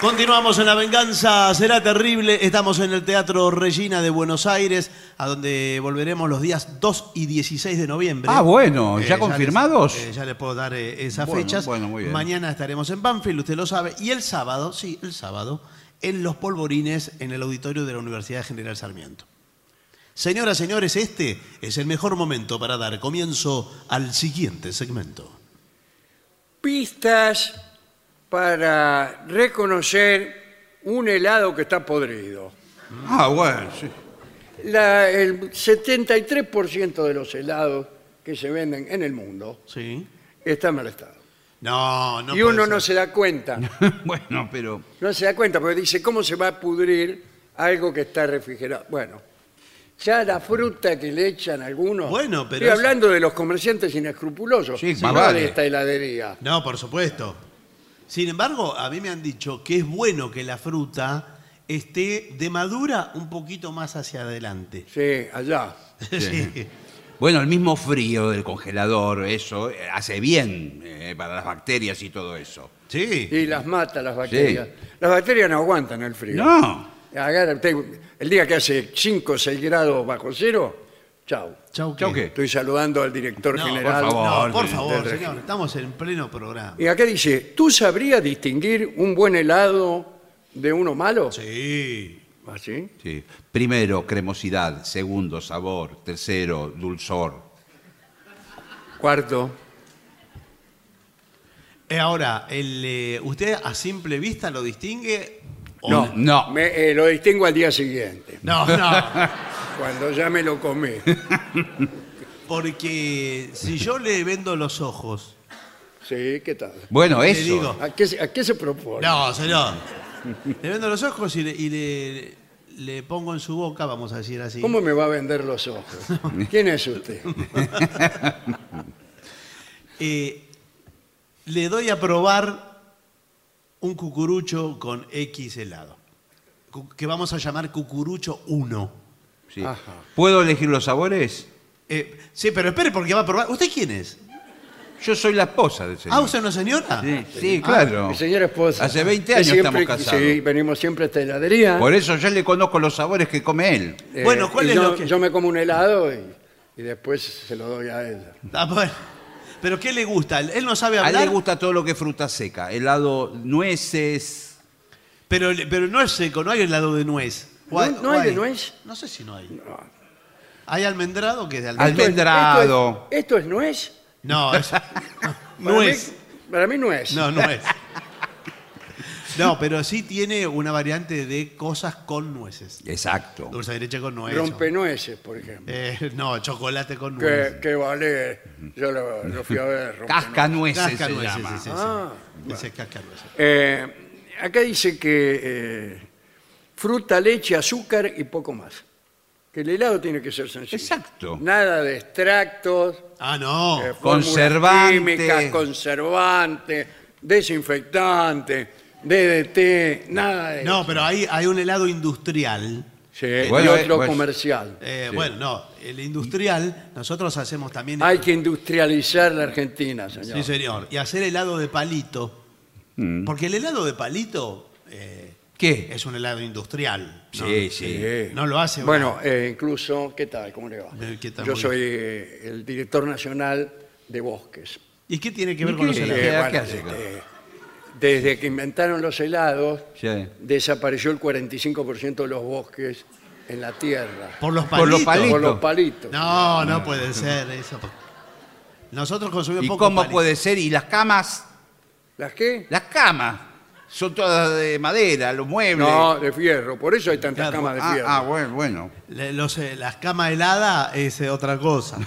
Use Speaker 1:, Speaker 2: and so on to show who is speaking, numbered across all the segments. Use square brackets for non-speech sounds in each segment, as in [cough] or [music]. Speaker 1: Continuamos en La Venganza Será Terrible. Estamos en el Teatro Regina de Buenos Aires, a donde volveremos los días 2 y 16 de noviembre.
Speaker 2: Ah, bueno, ¿ya
Speaker 1: les-
Speaker 2: confirmados?
Speaker 1: eh, ya les puedo dar eh, esas
Speaker 2: Bueno,
Speaker 1: fechas.
Speaker 2: bueno, muy bien.
Speaker 1: Mañana estaremos en Banfield, usted lo sabe. Y el sábado, sí, el sábado, en Los Polvorines, en el auditorio de la Universidad General Sarmiento. Señoras, señores, este es el mejor momento para dar comienzo al siguiente segmento.
Speaker 3: Pistas para reconocer un helado que está podrido.
Speaker 2: Ah, bueno, sí.
Speaker 3: La- el 73% de los helados que se venden en el mundo
Speaker 1: ¿Sí?
Speaker 3: están mal estado.
Speaker 1: No, no.
Speaker 3: y
Speaker 1: puede
Speaker 3: uno
Speaker 1: ser.
Speaker 3: no se da cuenta,
Speaker 2: [laughs] bueno, pero.
Speaker 3: no se da cuenta porque dice, ¿cómo se va a pudrir algo que está refrigerado? Bueno, ya la fruta que le echan algunos...
Speaker 1: Bueno, pero
Speaker 3: Estoy
Speaker 1: es-
Speaker 3: hablando de los comerciantes inescrupulosos,
Speaker 2: Sí,
Speaker 3: no
Speaker 2: más vale.
Speaker 3: de esta heladería.
Speaker 1: No, por supuesto. Sin embargo, a mí me han dicho que es bueno que la fruta esté de madura un poquito más hacia adelante.
Speaker 3: Sí, allá.
Speaker 1: [laughs] Sí.
Speaker 2: Bueno, el mismo frío del congelador, eso, eh, hace bien eh, para las bacterias y todo eso.
Speaker 1: Sí.
Speaker 3: Y las mata las bacterias. Las bacterias no aguantan el frío.
Speaker 2: No.
Speaker 3: Agarra usted el día que hace 5 o 6 grados bajo cero, chau.
Speaker 1: Chau,
Speaker 2: Chau, ¿qué?
Speaker 3: Estoy saludando al director
Speaker 1: No,
Speaker 3: general.
Speaker 2: por favor,
Speaker 1: no, por
Speaker 2: del-
Speaker 1: favor,
Speaker 3: del
Speaker 1: señor.
Speaker 3: régimen.
Speaker 1: Estamos en pleno programa.
Speaker 3: Y acá dice, ¿tú sabrías distinguir un buen helado de uno malo?
Speaker 1: Sí.
Speaker 3: ¿Ah, sí?
Speaker 2: Sí. Primero, cremosidad. Segundo, sabor. Tercero, dulzor.
Speaker 3: Cuarto,
Speaker 1: Eh, Ahora, el, eh, ¿usted a simple vista lo distingue? o-
Speaker 2: No, [laughs] no.
Speaker 3: me, eh, lo distingo al día siguiente,
Speaker 1: No, no.
Speaker 3: cuando ya me
Speaker 1: [laughs]
Speaker 3: lo comí.
Speaker 1: Porque si yo le vendo los ojos.
Speaker 3: Sí, ¿qué tal?
Speaker 2: Bueno,
Speaker 1: Te
Speaker 2: eso.
Speaker 1: digo.
Speaker 3: ¿A qué, se- a qué se propone?
Speaker 1: No, señor. [laughs] Le vendo los ojos y le, y le- le pongo en su boca, vamos a decir así.
Speaker 3: ¿Cómo me va a vender los ojos?
Speaker 1: [laughs]
Speaker 3: ¿Quién es usted?
Speaker 1: Eh, le doy a probar un cucurucho con X helado, cu- que vamos a llamar cucurucho 1.
Speaker 2: Sí.
Speaker 3: Ajá.
Speaker 2: ¿Puedo elegir los sabores?
Speaker 1: Eh, sí, pero espere porque va a probar. ¿Usted quién es?
Speaker 2: Yo soy la esposa del señor.
Speaker 1: ¿Ah, usted Ah, no es señora?
Speaker 2: sí, sí, claro.
Speaker 3: Mi señora esposa.
Speaker 2: Hace 20
Speaker 3: que
Speaker 2: años
Speaker 3: siempre-
Speaker 2: estamos casados.
Speaker 3: Sí, venimos siempre a esta heladería.
Speaker 2: Por eso yo le conozco los sabores que come él.
Speaker 3: Eh,
Speaker 1: Bueno, ¿cuál
Speaker 3: y
Speaker 1: es
Speaker 3: yo,
Speaker 1: lo que-
Speaker 3: yo me como un helado y, y después se lo doy a ella.
Speaker 1: Ah, bueno. Pero ¿qué le gusta? Él no sabe
Speaker 2: A él
Speaker 1: hablar,
Speaker 2: le gusta todo lo que es fruta seca. Helado, nueces.
Speaker 1: pero, le- pero no es seco, no hay helado de nuez. ¿O
Speaker 3: ¿No- no hay de nuez?
Speaker 1: No sé si no hay. ¿Hay almendrado que es de
Speaker 2: Almen-
Speaker 1: almendra?
Speaker 2: Almendrado.
Speaker 3: ¿Esto es, esto es nuez? [laughs]
Speaker 1: No, es...
Speaker 3: Para
Speaker 1: nuez.
Speaker 3: mí- para mí nuez.
Speaker 1: No, no es. No, pero sí tiene una variante de cosas con nueces.
Speaker 2: Exacto.
Speaker 1: Dulce de leche con nueces.
Speaker 3: Rompenueces, por ejemplo.
Speaker 1: Eh, no, chocolate con
Speaker 3: que,
Speaker 1: nueces.
Speaker 3: que vale. Yo lo, lo fui a ver. rompenueces.
Speaker 2: Cascanueces se
Speaker 1: Cascanueces,
Speaker 2: llama.
Speaker 1: sí, sí, sí.
Speaker 3: Ah,
Speaker 1: Ese es cascanueces.
Speaker 3: Eh, acá dice que eh, fruta, leche, azúcar y poco más. Que el helado tiene que ser sencillo.
Speaker 2: Exacto.
Speaker 3: Nada de extractos,
Speaker 1: Ah, no.
Speaker 3: eh, fórmulas
Speaker 2: Conservante.
Speaker 3: químicas, conservantes, desinfectante, DDT, nada de
Speaker 1: No,
Speaker 3: eso.
Speaker 1: pero ahí hay un helado industrial.
Speaker 3: Sí,
Speaker 2: Bueno,
Speaker 3: y otro
Speaker 2: eh, pues-
Speaker 3: comercial.
Speaker 1: Eh, Bueno, no, el industrial, nosotros hacemos también.
Speaker 3: Hay que industrializar la Argentina, señor.
Speaker 1: Sí, señor. Y hacer helado de palito.
Speaker 2: Mm.
Speaker 1: Porque el helado de palito eh,
Speaker 2: ¿Qué?
Speaker 1: es un helado industrial. ¿no?
Speaker 2: Sí, sí.
Speaker 3: Sí.
Speaker 1: No lo hace,
Speaker 3: Bueno, eh, incluso, ¿qué tal? ¿Cómo le va?
Speaker 1: Eh, ¿qué tal?
Speaker 3: Yo
Speaker 1: Muy
Speaker 3: soy eh, el director nacional de bosques.
Speaker 1: ¿Y qué tiene que
Speaker 2: ¿Y
Speaker 1: ver con
Speaker 2: qué?
Speaker 1: los helados?
Speaker 2: Eh,
Speaker 3: bueno,
Speaker 2: ¿qué hace acá?
Speaker 3: eh, desde que inventaron los helados,
Speaker 2: Sí.
Speaker 3: desapareció el 45% de los bosques en la tierra.
Speaker 1: Por los palitos.
Speaker 2: Por los palitos.
Speaker 3: Por los palitos.
Speaker 1: No, no puede ser eso. Nosotros consumimos
Speaker 2: Ah. ¿Y
Speaker 1: poco
Speaker 2: cómo
Speaker 1: palito.
Speaker 2: puede ser? ¿Y las camas?
Speaker 3: ¿Las qué?
Speaker 2: Las camas. Son todas de madera, los muebles.
Speaker 3: No, de fierro. Por eso hay tantas
Speaker 1: Claro,
Speaker 3: camas de
Speaker 2: Ah,
Speaker 3: fierro.
Speaker 2: ah, bueno, bueno.
Speaker 1: Le- los, eh, las camas heladas es eh, otra
Speaker 2: [laughs]
Speaker 1: cosa.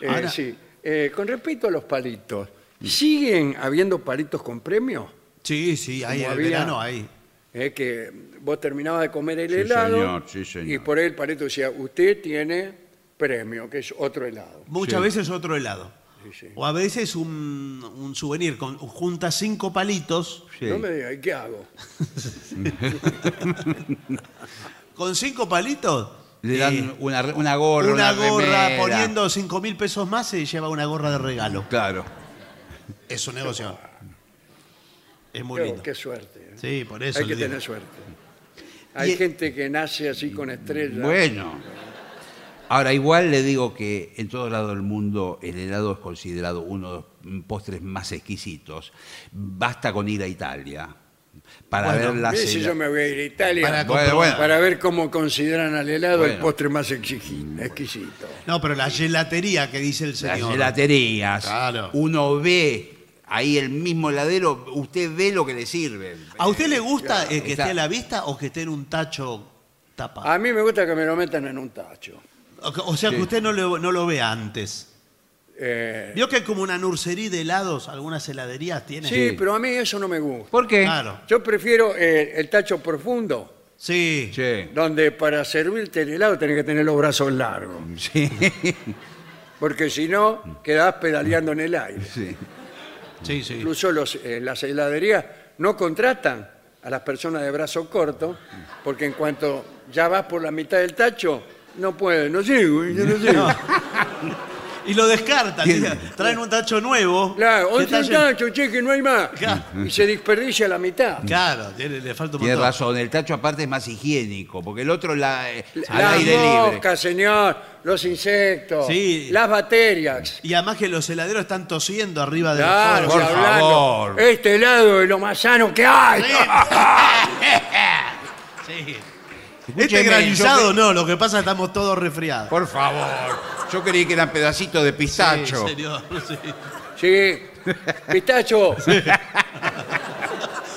Speaker 3: Eh,
Speaker 1: ahora-
Speaker 3: sí. Eh, con respecto a los palitos, ¿siguen habiendo palitos con premio?
Speaker 1: Sí, sí, ahí
Speaker 3: Como
Speaker 1: el
Speaker 3: había-
Speaker 1: verano ahí.
Speaker 3: Eh, que vos terminabas de comer el
Speaker 2: Sí,
Speaker 3: helado
Speaker 2: señor, sí, señor.
Speaker 3: y por ahí el palito decía, usted tiene premio, que es otro helado.
Speaker 1: Muchas
Speaker 2: Sí.
Speaker 1: veces otro helado.
Speaker 3: Sí, sí.
Speaker 1: O a veces un, un souvenir. Con, junta cinco palitos.
Speaker 2: Sí.
Speaker 3: No me diga, ¿y qué hago?
Speaker 1: Con cinco palitos.
Speaker 2: Le
Speaker 1: eh,
Speaker 2: dan una, re- una gorra.
Speaker 1: una
Speaker 2: Una,
Speaker 1: gorra,
Speaker 2: remera.
Speaker 1: poniendo cinco mil pesos más, se lleva una gorra de regalo.
Speaker 2: Claro.
Speaker 1: Es un negocio. Es muy
Speaker 3: Pero
Speaker 1: lindo.
Speaker 3: qué suerte. ¿eh?
Speaker 1: Sí, por eso.
Speaker 3: Hay
Speaker 1: le
Speaker 3: que
Speaker 1: digo.
Speaker 3: tener suerte. Hay
Speaker 1: Y-
Speaker 3: gente que nace así con estrellas.
Speaker 2: Bueno. Ahora, igual le digo que en todo lado del mundo el helado es considerado uno de los mm, postres más exquisitos. Basta con ir a Italia para
Speaker 1: Bueno,
Speaker 2: ver las...
Speaker 3: Mire, si yo me voy a ir a Italia
Speaker 1: Para
Speaker 3: para,
Speaker 2: Bueno, bueno.
Speaker 3: ver cómo consideran al helado el
Speaker 2: Bueno.
Speaker 3: postre más exigi- exquisito.
Speaker 1: No, pero la gelatería que dice el
Speaker 2: las
Speaker 1: señor.
Speaker 2: gelaterías.
Speaker 1: Claro.
Speaker 2: Uno ve ahí el mismo heladero, usted ve lo que le sirve.
Speaker 1: ¿A usted le gusta eh, que
Speaker 2: está-
Speaker 1: esté a la vista o que esté en un tacho tapado?
Speaker 3: A mí me gusta que me lo metan en un tacho.
Speaker 1: O que- O sea, que
Speaker 2: Sí.
Speaker 1: usted no lo, no lo ve antes.
Speaker 3: Eh,
Speaker 1: Vio que hay como una nursería de helados, algunas heladerías tienen.
Speaker 3: sí, pero a mí eso no me gusta.
Speaker 2: ¿Por qué?
Speaker 1: Claro.
Speaker 3: Yo prefiero eh, el tacho profundo,
Speaker 1: Sí.
Speaker 2: Sí.
Speaker 3: donde para servirte el helado tenés que tener los brazos largos.
Speaker 2: Sí.
Speaker 3: Porque si no, quedás pedaleando en el aire.
Speaker 2: Sí.
Speaker 1: Sí, sí.
Speaker 3: Incluso los, eh, las heladerías no contratan a las personas de brazo corto, porque en cuanto ya vas por la mitad del tacho, no pueden, no llego, yo no llego.
Speaker 1: Y lo descartan.
Speaker 2: Tiene-
Speaker 1: diga, Traen un tacho nuevo.
Speaker 3: Claro,
Speaker 1: que
Speaker 3: otro
Speaker 1: está lleno-
Speaker 3: tacho, che, que no hay más.
Speaker 1: Claro.
Speaker 3: Y se desperdicia la mitad.
Speaker 1: Claro, tiene- le falta un
Speaker 2: Tiene
Speaker 1: montón.
Speaker 2: razón, el tacho aparte es más higiénico, porque el otro la, eh, al
Speaker 3: Las
Speaker 2: aire libre.
Speaker 3: moscas, señor, los insectos,
Speaker 1: Sí.
Speaker 3: las bacterias.
Speaker 1: Y además que los heladeros están tosiendo arriba del
Speaker 3: Claro,
Speaker 1: forno.
Speaker 2: por
Speaker 3: y hablando,
Speaker 2: favor.
Speaker 3: Este helado es lo más sano que hay.
Speaker 1: [laughs] Sí. Este
Speaker 2: Escúcheme,
Speaker 1: granizado
Speaker 2: yo
Speaker 1: no, lo que pasa es que estamos todos resfriados.
Speaker 2: Por favor. Yo creí que eran pedacitos de pistacho.
Speaker 1: Sí, señor, sí.
Speaker 3: Sí. Pistacho.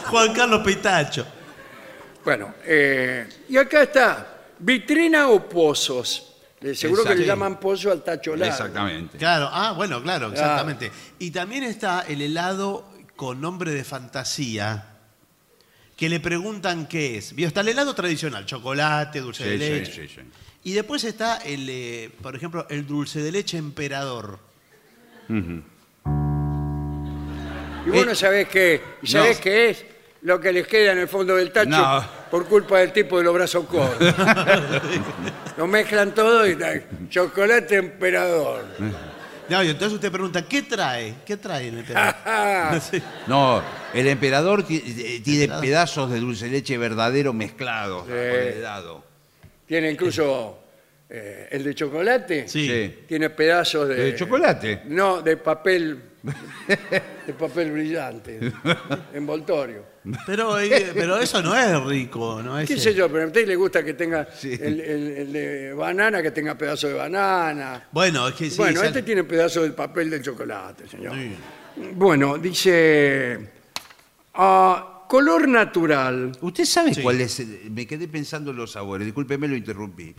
Speaker 1: Juan Carlos Pitacho.
Speaker 3: Bueno, eh, y acá está, vitrina o pozos. Eh, Seguro que le
Speaker 2: Exacto.
Speaker 3: llaman pozo al tacho largo.
Speaker 2: Exactamente.
Speaker 1: Claro, ah, bueno, claro, exactamente. Y también está el helado con nombre de fantasía, que le preguntan qué es. Vio, está el helado tradicional, chocolate, dulce
Speaker 2: Sí,
Speaker 1: de
Speaker 2: sí,
Speaker 1: leche.
Speaker 2: sí, sí.
Speaker 1: Y después está el, eh, por ejemplo, el dulce de leche emperador.
Speaker 3: Y vos no sabés qué, ¿Y sabés
Speaker 2: Eh, No.
Speaker 3: qué es lo que les queda en el fondo del tacho
Speaker 2: No.
Speaker 3: por culpa del tipo de los brazos
Speaker 2: [laughs]
Speaker 3: cortos. lo mezclan todo y da- chocolate emperador.
Speaker 1: No, y entonces usted pregunta, ¿qué trae? ¿Qué trae el emperador?
Speaker 3: Ah,
Speaker 1: Sí.
Speaker 2: No, el emperador ti- eh, tiene
Speaker 1: Emperador.
Speaker 2: pedazos de dulce de leche verdadero mezclados
Speaker 3: Sí.
Speaker 2: con el helado.
Speaker 3: tiene incluso eh, el de chocolate.
Speaker 1: Sí.
Speaker 3: Tiene pedazos de...
Speaker 2: ¿De chocolate?
Speaker 3: No, de papel, de papel brillante, envoltorio.
Speaker 1: Pero, eh, pero eso no es rico, ¿no? Es,
Speaker 3: ¿Qué
Speaker 1: eh,
Speaker 3: sé yo? Pero a usted le gusta que tenga
Speaker 2: Sí.
Speaker 3: el, el- el de banana, que tenga pedazo de banana.
Speaker 1: Bueno, es que sí.
Speaker 3: bueno,
Speaker 1: sal-
Speaker 3: este tiene pedazo del papel del chocolate, señor.
Speaker 1: Sí.
Speaker 3: Bueno, dice. ah, color natural.
Speaker 2: ¿Usted sabe
Speaker 1: Sí.
Speaker 2: cuál es? el- Me quedé pensando en los sabores, discúlpeme, lo interrumpí.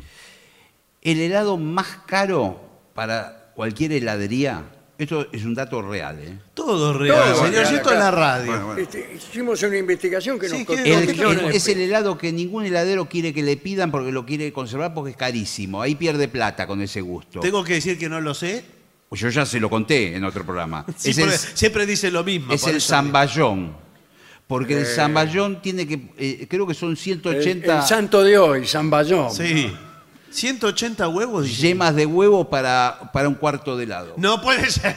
Speaker 2: El helado más caro para cualquier heladería, esto es un dato real, ¿eh?
Speaker 1: Todo es real,
Speaker 3: Todo es
Speaker 1: señor.
Speaker 3: real
Speaker 1: Si esto es la
Speaker 3: acá.
Speaker 1: radio.
Speaker 2: Bueno, bueno.
Speaker 3: Este, hicimos una investigación que
Speaker 1: Sí,
Speaker 3: nos
Speaker 1: que-
Speaker 3: costó
Speaker 2: El-
Speaker 1: ¿qué
Speaker 2: el-
Speaker 1: millones de
Speaker 2: es el helado que ningún heladero quiere que le pidan porque lo quiere conservar porque es carísimo. Ahí pierde plata con ese gusto.
Speaker 1: Tengo que decir que no lo sé.
Speaker 2: Yo ya se lo conté en otro programa.
Speaker 1: [laughs] Sí,
Speaker 2: es el,
Speaker 1: porque siempre dice lo mismo. Eh.
Speaker 2: es
Speaker 1: por
Speaker 2: el
Speaker 1: eso digo.
Speaker 2: zamballón. Porque el zamballón tiene que, eh, creo que son
Speaker 3: El,
Speaker 2: 180
Speaker 3: el santo de hoy, San Bayón.
Speaker 1: Sí. 180 huevos. dice.
Speaker 2: yemas de huevo para, para un cuarto de helado.
Speaker 1: No puede ser.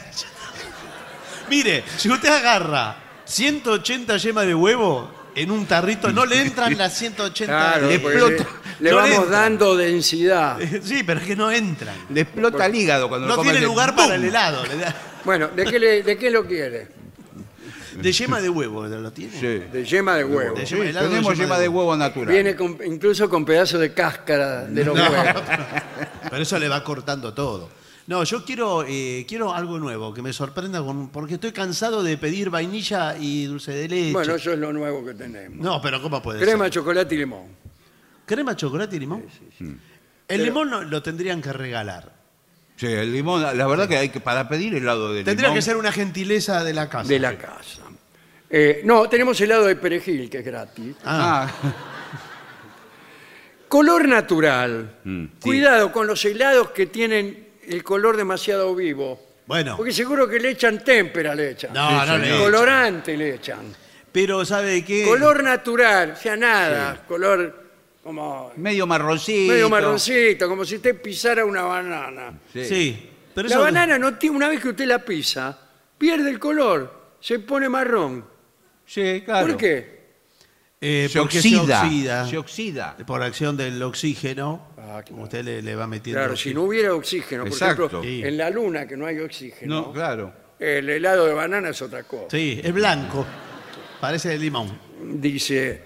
Speaker 1: [laughs] Mire, si usted agarra 180 yemas de huevo en un tarrito, no le entran las 180.
Speaker 3: Claro,
Speaker 1: le
Speaker 3: porque
Speaker 1: explota.
Speaker 3: le, le
Speaker 1: No
Speaker 3: vamos
Speaker 1: entran.
Speaker 3: dando densidad.
Speaker 1: Sí, pero es que no entran.
Speaker 2: Le explota el hígado cuando lo
Speaker 1: No
Speaker 2: come,
Speaker 1: tiene
Speaker 2: le-
Speaker 1: lugar
Speaker 2: ¡pum!
Speaker 1: para el helado. le da-
Speaker 3: Bueno, ¿de qué, le- de qué lo quiere?
Speaker 1: De yema de huevo, ¿lo tiene?
Speaker 2: Sí.
Speaker 3: De yema de huevo.
Speaker 1: De
Speaker 2: Sí,
Speaker 1: yema de helado,
Speaker 2: tenemos yema de huevo natural.
Speaker 3: Viene con- incluso con pedazos de cáscara de los
Speaker 1: No,
Speaker 3: huevos.
Speaker 1: pero eso le va cortando todo. No, yo quiero, eh, quiero algo nuevo, que me sorprenda, con- porque estoy cansado de pedir vainilla y dulce de leche.
Speaker 3: Bueno, eso es lo nuevo que tenemos.
Speaker 1: no, pero ¿cómo puede
Speaker 3: Crema,
Speaker 1: ser? Ah,
Speaker 3: chocolate y limón.
Speaker 1: Crema, chocolate y limón. Mm. El limón no- lo tendrían que regalar.
Speaker 2: Sí, el limón, la verdad que hay que para pedir helado de
Speaker 1: Tendría
Speaker 2: limón.
Speaker 1: que ser una gentileza de la casa.
Speaker 3: De la casa. Eh, no, tenemos helado de perejil, que es gratis.
Speaker 1: Ah,
Speaker 2: Ah,
Speaker 3: Color natural.
Speaker 2: Mm, sí.
Speaker 3: Cuidado con los helados que tienen el color demasiado vivo.
Speaker 1: bueno.
Speaker 3: Porque seguro que le echan témpera, le echan.
Speaker 1: No,
Speaker 2: Sí,
Speaker 1: no
Speaker 2: señor.
Speaker 1: le
Speaker 3: Colorante le echan.
Speaker 1: Pero ¿sabe qué?
Speaker 3: Color natural, o sea, nada. Color como
Speaker 2: [laughs] medio marroncito.
Speaker 3: medio marroncito, como si usted pisara una banana.
Speaker 2: Sí.
Speaker 1: Sí. Pero
Speaker 3: La
Speaker 1: eso-
Speaker 3: banana, no tiene- una vez que usted la pisa, pierde el color, se pone marrón.
Speaker 2: Sí, claro.
Speaker 3: ¿Por qué?
Speaker 1: Eh,
Speaker 2: Se
Speaker 1: porque
Speaker 2: oxida,
Speaker 1: se oxida.
Speaker 2: se oxida.
Speaker 1: Por acción del oxígeno.
Speaker 3: Ah, claro.
Speaker 1: Usted le, le va metiendo.
Speaker 3: Claro, si no hubiera oxígeno, por
Speaker 2: Exacto.
Speaker 3: ejemplo,
Speaker 1: Sí.
Speaker 3: en la luna que no hay oxígeno,
Speaker 2: No, claro.
Speaker 3: el helado de banana es otra cosa.
Speaker 1: Sí, es blanco. Parece de limón.
Speaker 3: Dice,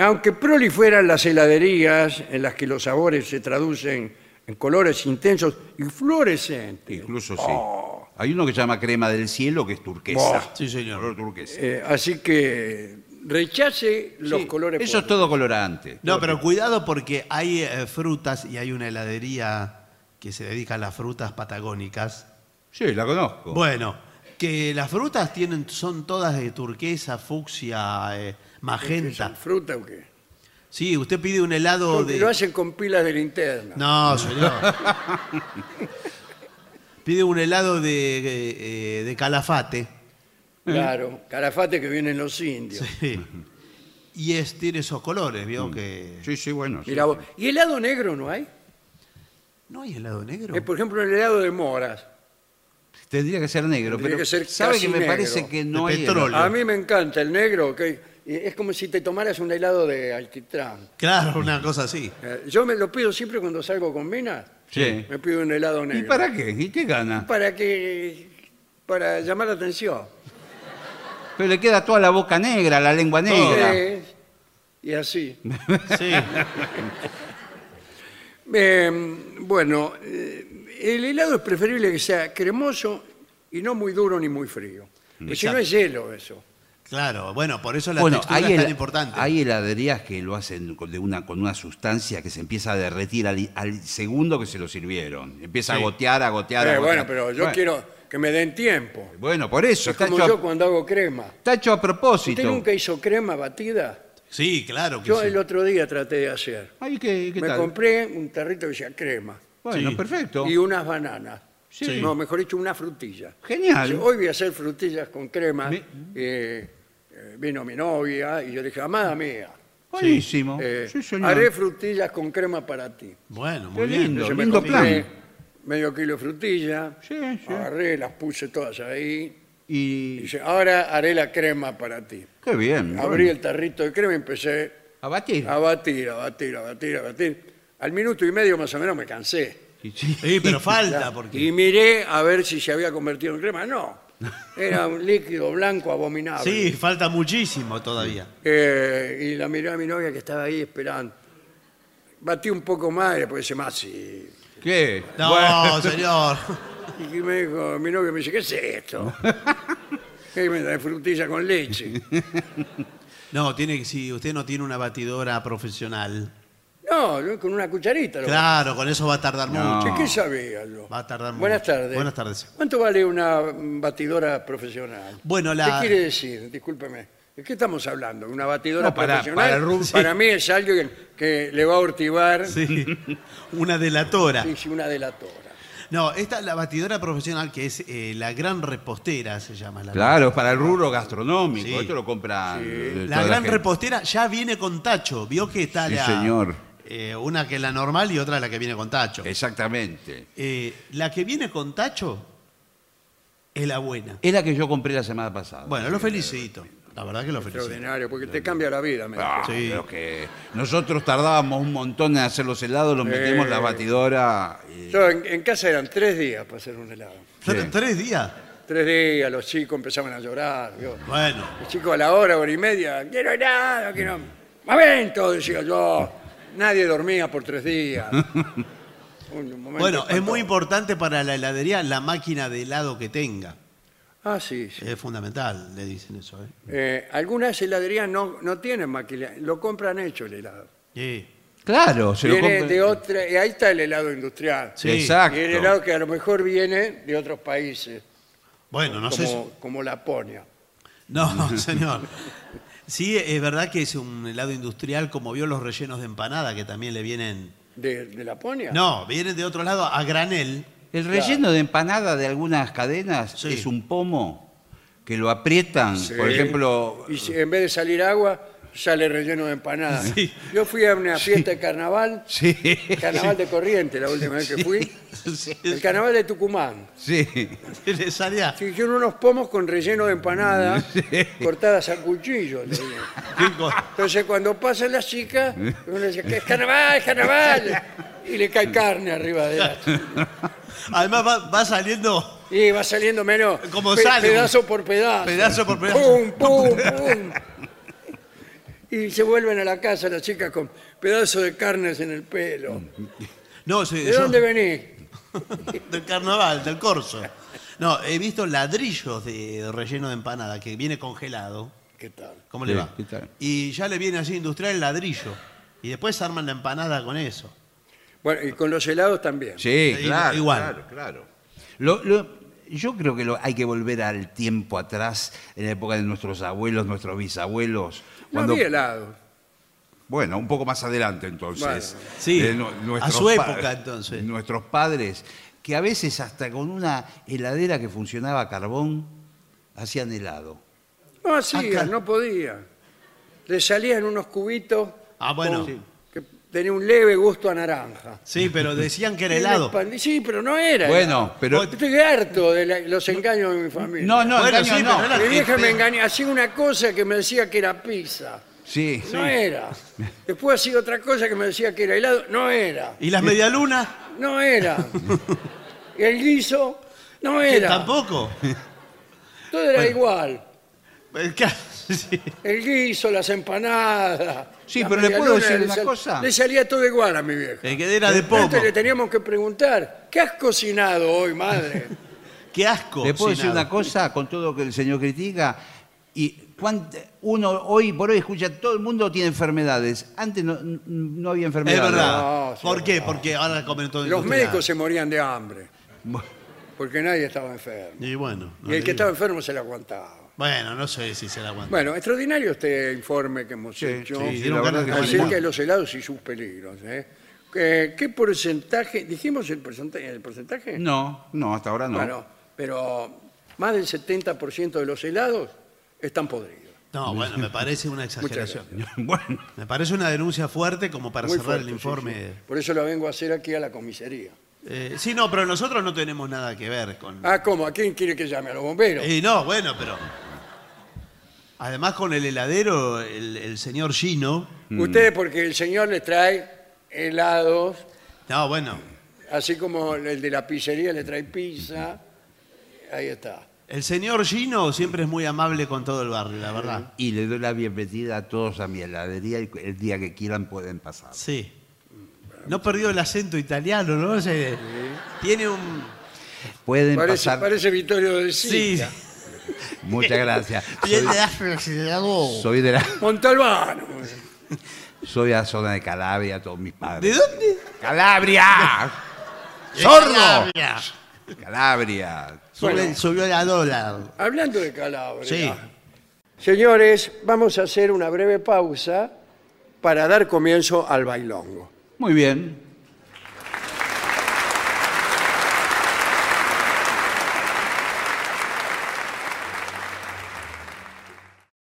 Speaker 3: aunque proliferan las heladerías en las que los sabores se traducen en colores intensos y fluorescentes,
Speaker 2: Incluso sí.
Speaker 1: Oh.
Speaker 2: Hay uno que se llama crema del cielo que es turquesa.
Speaker 3: Oh.
Speaker 1: Sí, señor.
Speaker 2: Color turquesa.
Speaker 3: eh, así que rechace los
Speaker 2: Sí,
Speaker 3: colores.
Speaker 2: Eso es
Speaker 3: fuertes.
Speaker 2: todo colorante.
Speaker 1: No, pero cuidado porque hay eh, frutas y hay una heladería que se dedica a las frutas patagónicas.
Speaker 2: Sí, la conozco.
Speaker 1: Bueno, que las frutas tienen, son todas de turquesa, fucsia, eh, magenta.
Speaker 3: ¿Son fruta o qué?
Speaker 1: Sí, usted pide un helado
Speaker 3: Lo
Speaker 1: de.
Speaker 3: hacen con pilas de linterna.
Speaker 1: No, señor. Pide un helado de, eh, de calafate.
Speaker 3: Claro, carafate que vienen los indios.
Speaker 1: Sí. [laughs] Y es, tiene esos colores, ¿vio? Que...
Speaker 2: Sí, sí, bueno. sí.
Speaker 3: Mirá vos. ¿Y helado negro no hay?
Speaker 1: ¿No hay helado negro?
Speaker 3: Eh, por ejemplo, el helado de moras.
Speaker 2: Tendría que ser negro,
Speaker 3: Tendría
Speaker 2: pero
Speaker 3: que ser
Speaker 2: sabe
Speaker 3: casi
Speaker 2: que me
Speaker 3: negro.
Speaker 2: parece que no
Speaker 1: De
Speaker 2: hay
Speaker 1: petróleo.
Speaker 2: helado.
Speaker 3: A mí me encanta el negro, que eh, es como si te tomaras un helado de alquitrán.
Speaker 1: Claro, [laughs] una cosa así.
Speaker 3: Eh, Yo me lo pido siempre cuando salgo con minas.
Speaker 1: Ah,
Speaker 2: Sí.
Speaker 3: Me pido un helado negro.
Speaker 2: ¿Y para qué? ¿Y qué gana?
Speaker 3: Para que para llamar la atención.
Speaker 2: Pero le queda toda la boca negra, la lengua negra.
Speaker 3: Eh, y así.
Speaker 1: Sí.
Speaker 3: Eh, bueno, eh, el helado es preferible que sea cremoso y no muy duro ni muy frío.
Speaker 2: Mm,
Speaker 3: Porque si no es hielo eso.
Speaker 1: Claro, bueno, por eso la
Speaker 2: bueno,
Speaker 1: textura
Speaker 2: hay,
Speaker 1: es tan
Speaker 2: hel-
Speaker 1: importante.
Speaker 2: hay heladerías que lo hacen con, de una, con una sustancia que se empieza a derretir al, al segundo que se lo sirvieron. Empieza
Speaker 1: Sí.
Speaker 2: a gotear, a gotear, a
Speaker 3: Eh,
Speaker 2: gotear.
Speaker 3: bueno, pero yo
Speaker 2: Bueno,
Speaker 3: quiero que me den tiempo.
Speaker 2: Bueno, por eso.
Speaker 3: Es
Speaker 2: Está
Speaker 3: como
Speaker 2: hecho, a-
Speaker 3: yo cuando hago crema.
Speaker 2: está hecho a propósito.
Speaker 3: ¿Usted nunca hizo crema batida?
Speaker 1: Sí, claro que
Speaker 3: Yo
Speaker 1: sí.
Speaker 3: el otro día traté de hacer.
Speaker 2: Ay, ¿qué, qué
Speaker 3: Me
Speaker 2: tal?
Speaker 3: compré un tarrito que decía crema
Speaker 2: Bueno,
Speaker 1: Sí.
Speaker 2: perfecto.
Speaker 3: y unas bananas.
Speaker 1: Sí.
Speaker 3: No, mejor dicho, una frutilla.
Speaker 2: Genial.
Speaker 3: Dice, Hoy voy a hacer frutillas con crema.
Speaker 2: Me-
Speaker 3: eh, eh, vino mi novia y yo le dije, amada mía,
Speaker 2: Buenísimo.
Speaker 3: eh,
Speaker 2: Sí, señor.
Speaker 3: haré frutillas con crema para ti.
Speaker 1: Bueno,
Speaker 2: Qué
Speaker 1: muy bien.
Speaker 2: lindo.
Speaker 3: Entonces
Speaker 2: lindo
Speaker 3: compré
Speaker 2: plan.
Speaker 3: medio kilo de frutilla,
Speaker 2: Sí, sí.
Speaker 3: agarré, las puse todas ahí. Ah, Y
Speaker 2: Y
Speaker 3: dice, ahora haré la crema para ti.
Speaker 2: qué bien.
Speaker 3: Abrí
Speaker 2: bueno.
Speaker 3: el Ah. tarrito de crema y empecé
Speaker 2: A batir.
Speaker 3: a batir, a batir, a batir, a batir. Al minuto y medio más o menos me cansé.
Speaker 2: Sí, sí.
Speaker 1: Sí, pero
Speaker 2: [laughs] Ah,
Speaker 1: falta,
Speaker 3: Y
Speaker 1: porque.
Speaker 3: miré a ver si se había convertido en crema. No, era un líquido blanco abominable.
Speaker 1: Sí, falta muchísimo todavía.
Speaker 3: Eh, y la miré a mi novia que estaba ahí esperando. Batí un poco más y después hice más. Y,
Speaker 2: ¿Qué?
Speaker 1: No, [laughs]
Speaker 2: Bueno,
Speaker 1: señor.
Speaker 3: y me dijo, mi novia me dice, ¿qué
Speaker 1: [laughs]
Speaker 3: es esto? Y me da frutilla con leche.
Speaker 1: No, tiene que, si usted no tiene una batidora profesional.
Speaker 3: No, yo con una cucharita. lo-
Speaker 1: Claro, con eso va a tardar
Speaker 2: No.
Speaker 1: mucho.
Speaker 3: ¿Y ¿Qué sabía yo?
Speaker 1: Va a tardar
Speaker 3: Buenas
Speaker 1: mucho.
Speaker 3: tardes.
Speaker 1: Buenas tardes.
Speaker 3: ¿Cuánto vale una mm, batidora profesional?
Speaker 1: Bueno, la-
Speaker 3: ¿Qué quiere decir? Discúlpeme. ¿De qué estamos hablando? ¿Una batidora
Speaker 2: No, para-
Speaker 3: profesional?
Speaker 2: para el rum- sí.
Speaker 3: Para mí es alguien que le va a
Speaker 2: [laughs]
Speaker 3: ortivar
Speaker 1: Sí, una delatora.
Speaker 3: y si una delatora.
Speaker 1: No, esta es la batidora profesional que es eh, la gran repostera, se llama la
Speaker 2: Claro, es para el rubro gastronómico.
Speaker 1: Sí.
Speaker 2: Esto lo compran. eh, toda
Speaker 1: La gran
Speaker 2: gente.
Speaker 1: repostera ya viene con tacho. Vio que está
Speaker 2: Sí,
Speaker 1: la.
Speaker 2: señor.
Speaker 1: eh, una que es la normal y otra la que viene con tacho.
Speaker 2: Exactamente.
Speaker 1: Eh, la que viene con tacho es la buena.
Speaker 2: Es la que yo compré la semana pasada.
Speaker 1: Bueno, lo felicito. La verdad que lo felicito.
Speaker 3: Extraordinario, porque te cambia la vida. me
Speaker 2: Ah,
Speaker 1: Sí.
Speaker 2: pero que nosotros tardábamos un montón en hacer los helados, los
Speaker 3: Sí.
Speaker 2: metimos en la batidora. y-
Speaker 3: dijo. Yo en, en casa eran tres días para hacer un helado.
Speaker 1: Tre-
Speaker 2: Sí.
Speaker 1: ¿Tres días?
Speaker 3: Tres días, los chicos empezaban a llorar. yo-
Speaker 1: Bueno,
Speaker 3: Los chicos a la hora, hora y media, quiero helado, quiero... ¡Momento! Decía yo. Nadie dormía por tres días.
Speaker 1: [laughs]
Speaker 3: Un momento
Speaker 1: bueno es muy
Speaker 3: espantoso.
Speaker 1: importante para la heladería la máquina de helado que tenga.
Speaker 3: Ah, sí, sí.
Speaker 1: Es fundamental, le dicen eso. ¿eh?
Speaker 3: Eh, algunas heladerías no, no tienen maquila, lo compran hecho el helado.
Speaker 1: Sí.
Speaker 2: Claro, se lo
Speaker 3: Viene
Speaker 2: compran.
Speaker 3: de otra, y ahí está el helado industrial.
Speaker 1: Sí.
Speaker 2: Exacto.
Speaker 3: Y el helado que a lo mejor viene de otros países,
Speaker 1: Bueno, no sé. si-
Speaker 3: como, como Laponia.
Speaker 1: No, [laughs] señor. Sí, es verdad que es un helado industrial, como vio los rellenos de empanada, que también le vienen.
Speaker 3: ¿De, de Laponia?
Speaker 1: No, vienen de otro lado a granel. [laughs]
Speaker 2: El relleno de empanada de algunas cadenas
Speaker 1: Sí.
Speaker 2: es un pomo que lo aprietan.
Speaker 3: Sí.
Speaker 2: Por ejemplo,
Speaker 3: Y si- en vez de salir agua, sale relleno de empanadas.
Speaker 1: Sí.
Speaker 3: Yo fui a una fiesta de carnaval,
Speaker 2: Sí,
Speaker 1: [laughs]
Speaker 3: carnaval de corriente la última vez que fui,
Speaker 1: Sí,
Speaker 3: el carnaval de Tucumán.
Speaker 2: [laughs] sí.
Speaker 1: le salía.
Speaker 3: Se hicieron unos pomos con relleno
Speaker 1: [laughs]
Speaker 3: de empanadas cortadas a cuchillo. le digo.
Speaker 1: Qué co-
Speaker 3: Entonces cuando pasa la chica, uno le dice, "Que es carnaval, es carnaval. Y le cae carne arriba de la
Speaker 1: Además va, va saliendo
Speaker 3: Y va saliendo menos
Speaker 1: Como sale.
Speaker 3: pedazo por pedazo.
Speaker 1: pedazo por pedazo. [laughs]
Speaker 3: Pum, pum, pum. Y se vuelven a la casa las chicas con pedazos de carnes en el pelo.
Speaker 1: Mm. No, sí,
Speaker 3: ¿De
Speaker 1: yo-
Speaker 3: dónde venís?
Speaker 1: del carnaval, del corso. No, he visto ladrillos de relleno de empanada que viene congelado.
Speaker 3: ¿Qué tal?
Speaker 1: ¿Cómo
Speaker 2: Sí,
Speaker 1: le va?
Speaker 2: ¿qué tal?
Speaker 1: Y ya le viene así industrial el ladrillo. Y después arman la empanada con eso.
Speaker 3: Bueno, y con los helados también.
Speaker 2: Sí,
Speaker 1: Sí,
Speaker 2: claro,
Speaker 1: igual.
Speaker 2: claro, claro. Lo- lo- yo creo que lo- hay que volver al tiempo atrás, en la época de nuestros abuelos, nuestros bisabuelos.
Speaker 3: No
Speaker 2: Cuando,
Speaker 3: había helado.
Speaker 2: bueno, un poco más adelante entonces.
Speaker 3: Bueno.
Speaker 1: Sí,
Speaker 2: nu-
Speaker 1: a
Speaker 2: nuestros
Speaker 1: su
Speaker 2: pa-
Speaker 1: época, entonces.
Speaker 2: Nuestros padres, que a veces hasta con una heladera que funcionaba a carbón, hacían helado.
Speaker 3: No hacía,
Speaker 1: Acá.
Speaker 3: no podía. Le salían unos cubitos
Speaker 1: Ah, bueno.
Speaker 3: con- que tenían un leve gusto a naranja.
Speaker 1: Sí, pero decían que era
Speaker 3: Era
Speaker 1: helado.
Speaker 3: expandi- Sí, pero no era.
Speaker 2: Bueno,
Speaker 3: helado.
Speaker 2: pero...
Speaker 3: Estoy harto de la- los engaños de mi familia.
Speaker 2: No, no,
Speaker 1: Bueno,
Speaker 2: engaño
Speaker 1: sí,
Speaker 2: no.
Speaker 1: pero era-
Speaker 3: Mi vieja
Speaker 1: Este-
Speaker 3: me engañó, hacía una cosa que me decía que era pizza.
Speaker 2: Sí,
Speaker 3: No era. Después hacía otra cosa que me decía que era helado. No era.
Speaker 1: ¿Y las medialunas?
Speaker 3: No era.
Speaker 2: [laughs]
Speaker 3: Y el guiso. No
Speaker 1: Que
Speaker 3: era.
Speaker 1: Tampoco. [laughs]
Speaker 3: Todo era
Speaker 1: Bueno.
Speaker 3: igual.
Speaker 1: Eh, claro, [laughs] sí.
Speaker 3: El guiso, las empanadas.
Speaker 2: Sí,
Speaker 3: las
Speaker 2: pero ¿le puedo
Speaker 3: medialunas,
Speaker 2: decir
Speaker 3: le
Speaker 2: una
Speaker 3: sal-
Speaker 2: cosa?
Speaker 3: Le salía todo igual a mi vieja.
Speaker 1: Eh, que era de poco.
Speaker 3: Antes le teníamos que preguntar, ¿qué has cocinado
Speaker 2: [laughs]
Speaker 3: hoy, madre?
Speaker 1: Qué asco.
Speaker 2: Le puedo decir
Speaker 1: sin nada.
Speaker 2: una cosa con todo lo que el señor critica. Y cuánt- uno hoy por hoy escucha, todo el mundo tiene enfermedades. Antes no, n- no había
Speaker 1: Es
Speaker 2: enfermedades.
Speaker 1: verdad.
Speaker 3: No, sí,
Speaker 1: ¿Por
Speaker 3: es
Speaker 1: qué? Porque ahora comen todo
Speaker 3: Los
Speaker 1: industrial.
Speaker 3: médicos se morían de hambre,
Speaker 2: Bu-
Speaker 3: porque nadie estaba enfermo.
Speaker 1: Y bueno. no
Speaker 3: Y
Speaker 1: le
Speaker 3: el que
Speaker 1: digo.
Speaker 3: estaba enfermo se la aguantaba.
Speaker 1: Bueno, no sé si se la aguanta.
Speaker 3: Bueno, extraordinario este informe que hemos hecho
Speaker 1: sí,
Speaker 2: sí,
Speaker 1: dieron
Speaker 2: la
Speaker 1: ganas de
Speaker 2: verdad que
Speaker 1: comer
Speaker 2: sí.
Speaker 3: acerca de los helados y sus peligros. ¿eh? Eh, ¿Qué porcentaje? ¿Dijimos el porcentaje? El porcentaje?
Speaker 2: No, no, hasta ahora no.
Speaker 3: Bueno, pero más del 70% de los helados están podridos.
Speaker 1: No, bueno, me parece
Speaker 3: [laughs]
Speaker 1: una exageración.
Speaker 2: [laughs] Bueno,
Speaker 1: Me parece una denuncia fuerte como para
Speaker 3: Muy
Speaker 1: cerrar
Speaker 3: fuerte,
Speaker 1: el
Speaker 3: sí,
Speaker 1: informe.
Speaker 3: sí. Por eso lo vengo a hacer aquí a la comisaría.
Speaker 1: Eh, sí, no, pero nosotros no tenemos nada que ver con.
Speaker 3: Ah, ¿cómo? ¿A quién quiere que llame? ¿A los bomberos?
Speaker 1: Y no, bueno, pero. Además, con el heladero, el, el señor Gino.
Speaker 3: Ustedes, porque el señor les trae helados,
Speaker 1: No, bueno.
Speaker 3: así como el de la pizzería le trae pizza. Ahí está.
Speaker 1: El señor Gino siempre es muy amable con todo el barrio, la verdad.
Speaker 2: y le doy la bienvenida a todos a mi heladería y el día que quieran pueden pasar.
Speaker 1: Sí. No perdió el acento italiano, ¿no? Se- tiene un.
Speaker 2: Pueden
Speaker 3: Parece,
Speaker 2: pasar.
Speaker 3: parece Vittorio de
Speaker 1: Sí.
Speaker 3: Sica.
Speaker 2: Muchas gracias.
Speaker 1: Tiene
Speaker 2: Soy,
Speaker 1: acelerador.
Speaker 2: soy de la,
Speaker 3: Montalbano.
Speaker 2: soy de la zona de Calabria, todos mis padres.
Speaker 1: ¿De dónde?
Speaker 2: ¡Calabria!
Speaker 1: ¡Sordo!
Speaker 2: ¡Sordo! Calabria.
Speaker 1: Subió, subió la dólar.
Speaker 3: Hablando de Calabria.
Speaker 1: Sí.
Speaker 3: Señores, vamos a hacer una breve pausa para dar comienzo al bailongo.
Speaker 2: Muy bien.